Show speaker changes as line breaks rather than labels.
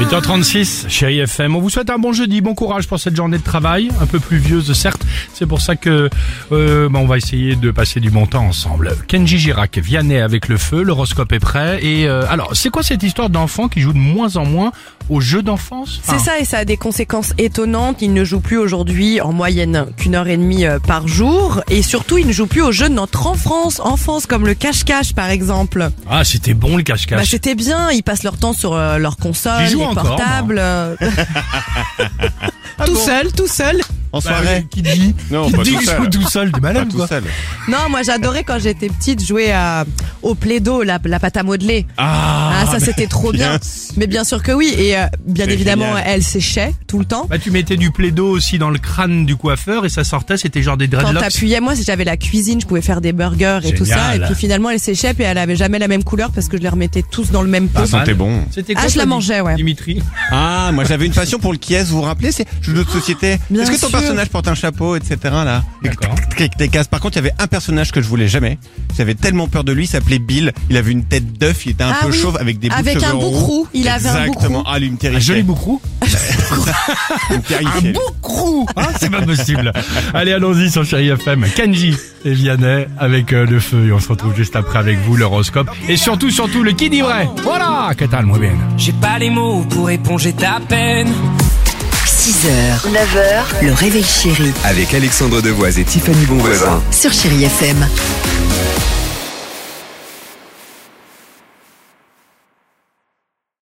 8h36, chérie FM, on vous souhaite un bon jeudi, bon courage pour cette journée de travail, un peu pluvieuse certes, c'est pour ça que euh, bah, on va essayer de passer du bon temps ensemble. Kenji Girac, Vianney avec le feu, l'horoscope est prêt, et euh, alors c'est quoi cette histoire d'enfants qui jouent de moins en moins aux jeux d'enfance
C'est ça et ça a des conséquences étonnantes. Il ne joue plus aujourd'hui en moyenne qu'une heure et demie euh, par jour et surtout il ne joue plus aux jeux de notre enfance, enfance comme le cache-cache par exemple.
Ah c'était bon le
Bah
cache-cache
c'était bien, ils passent leur temps sur euh, leur console,
J'y joue
les
encore,
portables. euh, tout seul, tout seul.
En
Bah,
soirée
Qui te dit
Non,
Qui te
pas
dit
tout
que je
seul.
joue tout seul, des
Pas
malades
tout
quoi
seul.
Non, moi j'adorais quand j'étais petite jouer à, au plaido, la, la pâte à modeler.
Ah,
Ah, ça c'était trop bien.
bien.
Mais bien sûr que oui. Et euh, bien
C'est
évidemment,
génial.
elle séchait tout le temps.
Bah tu mettais du plaido aussi dans le crâne du coiffeur et ça sortait, c'était genre des
Quand
dreadlocks.
t'appuyais, moi j'avais la cuisine, je pouvais faire des burgers et tout ça.
Génial.
Et puis finalement, elle séchait et elle avait jamais la même couleur parce que je les remettais tous dans le même pot.
Ça sentait bon.
C'était
Ah,
quoi,
je la
toi,
mangeais, ouais.
Dimitri
Ah, moi j'avais une passion pour le kies, vous vous rappelez C'est jeu d'autres sociétés.
bien
Est-ce que ton
sûr.
personnage porte un chapeau, etc. là Et que
D'accord.
t'écris avec tes cases. Par contre, il y avait un personnage que je voulais jamais. J'avais tellement peur de lui, il s'appelait Bill. Il avait une tête d'œuf, il était un
Ah
peu
oui.
chauve avec des bouts de
Avec un
cheveux
bouc
roux.
roux. Il avait un bouc
Exactement.
roux.
Ah, lui il me terrifiait.
Un joli boucrou
Il me terrifiait.
boucrou hein, C'est pas possible. Allez, allons-y sur Chéri FM. Kenji et Vianney avec euh, le feu. Et on se retrouve juste après avec vous, l'horoscope. Et surtout, surtout, le qui dit vrai. Voilà Que tal, muy bien
J'ai pas les mots pour éponger ta peine.
6h, 9h, le réveil chéri
Avec Alexandre Devoise et Tiffany Bonvoisin.
sur Chérie FM.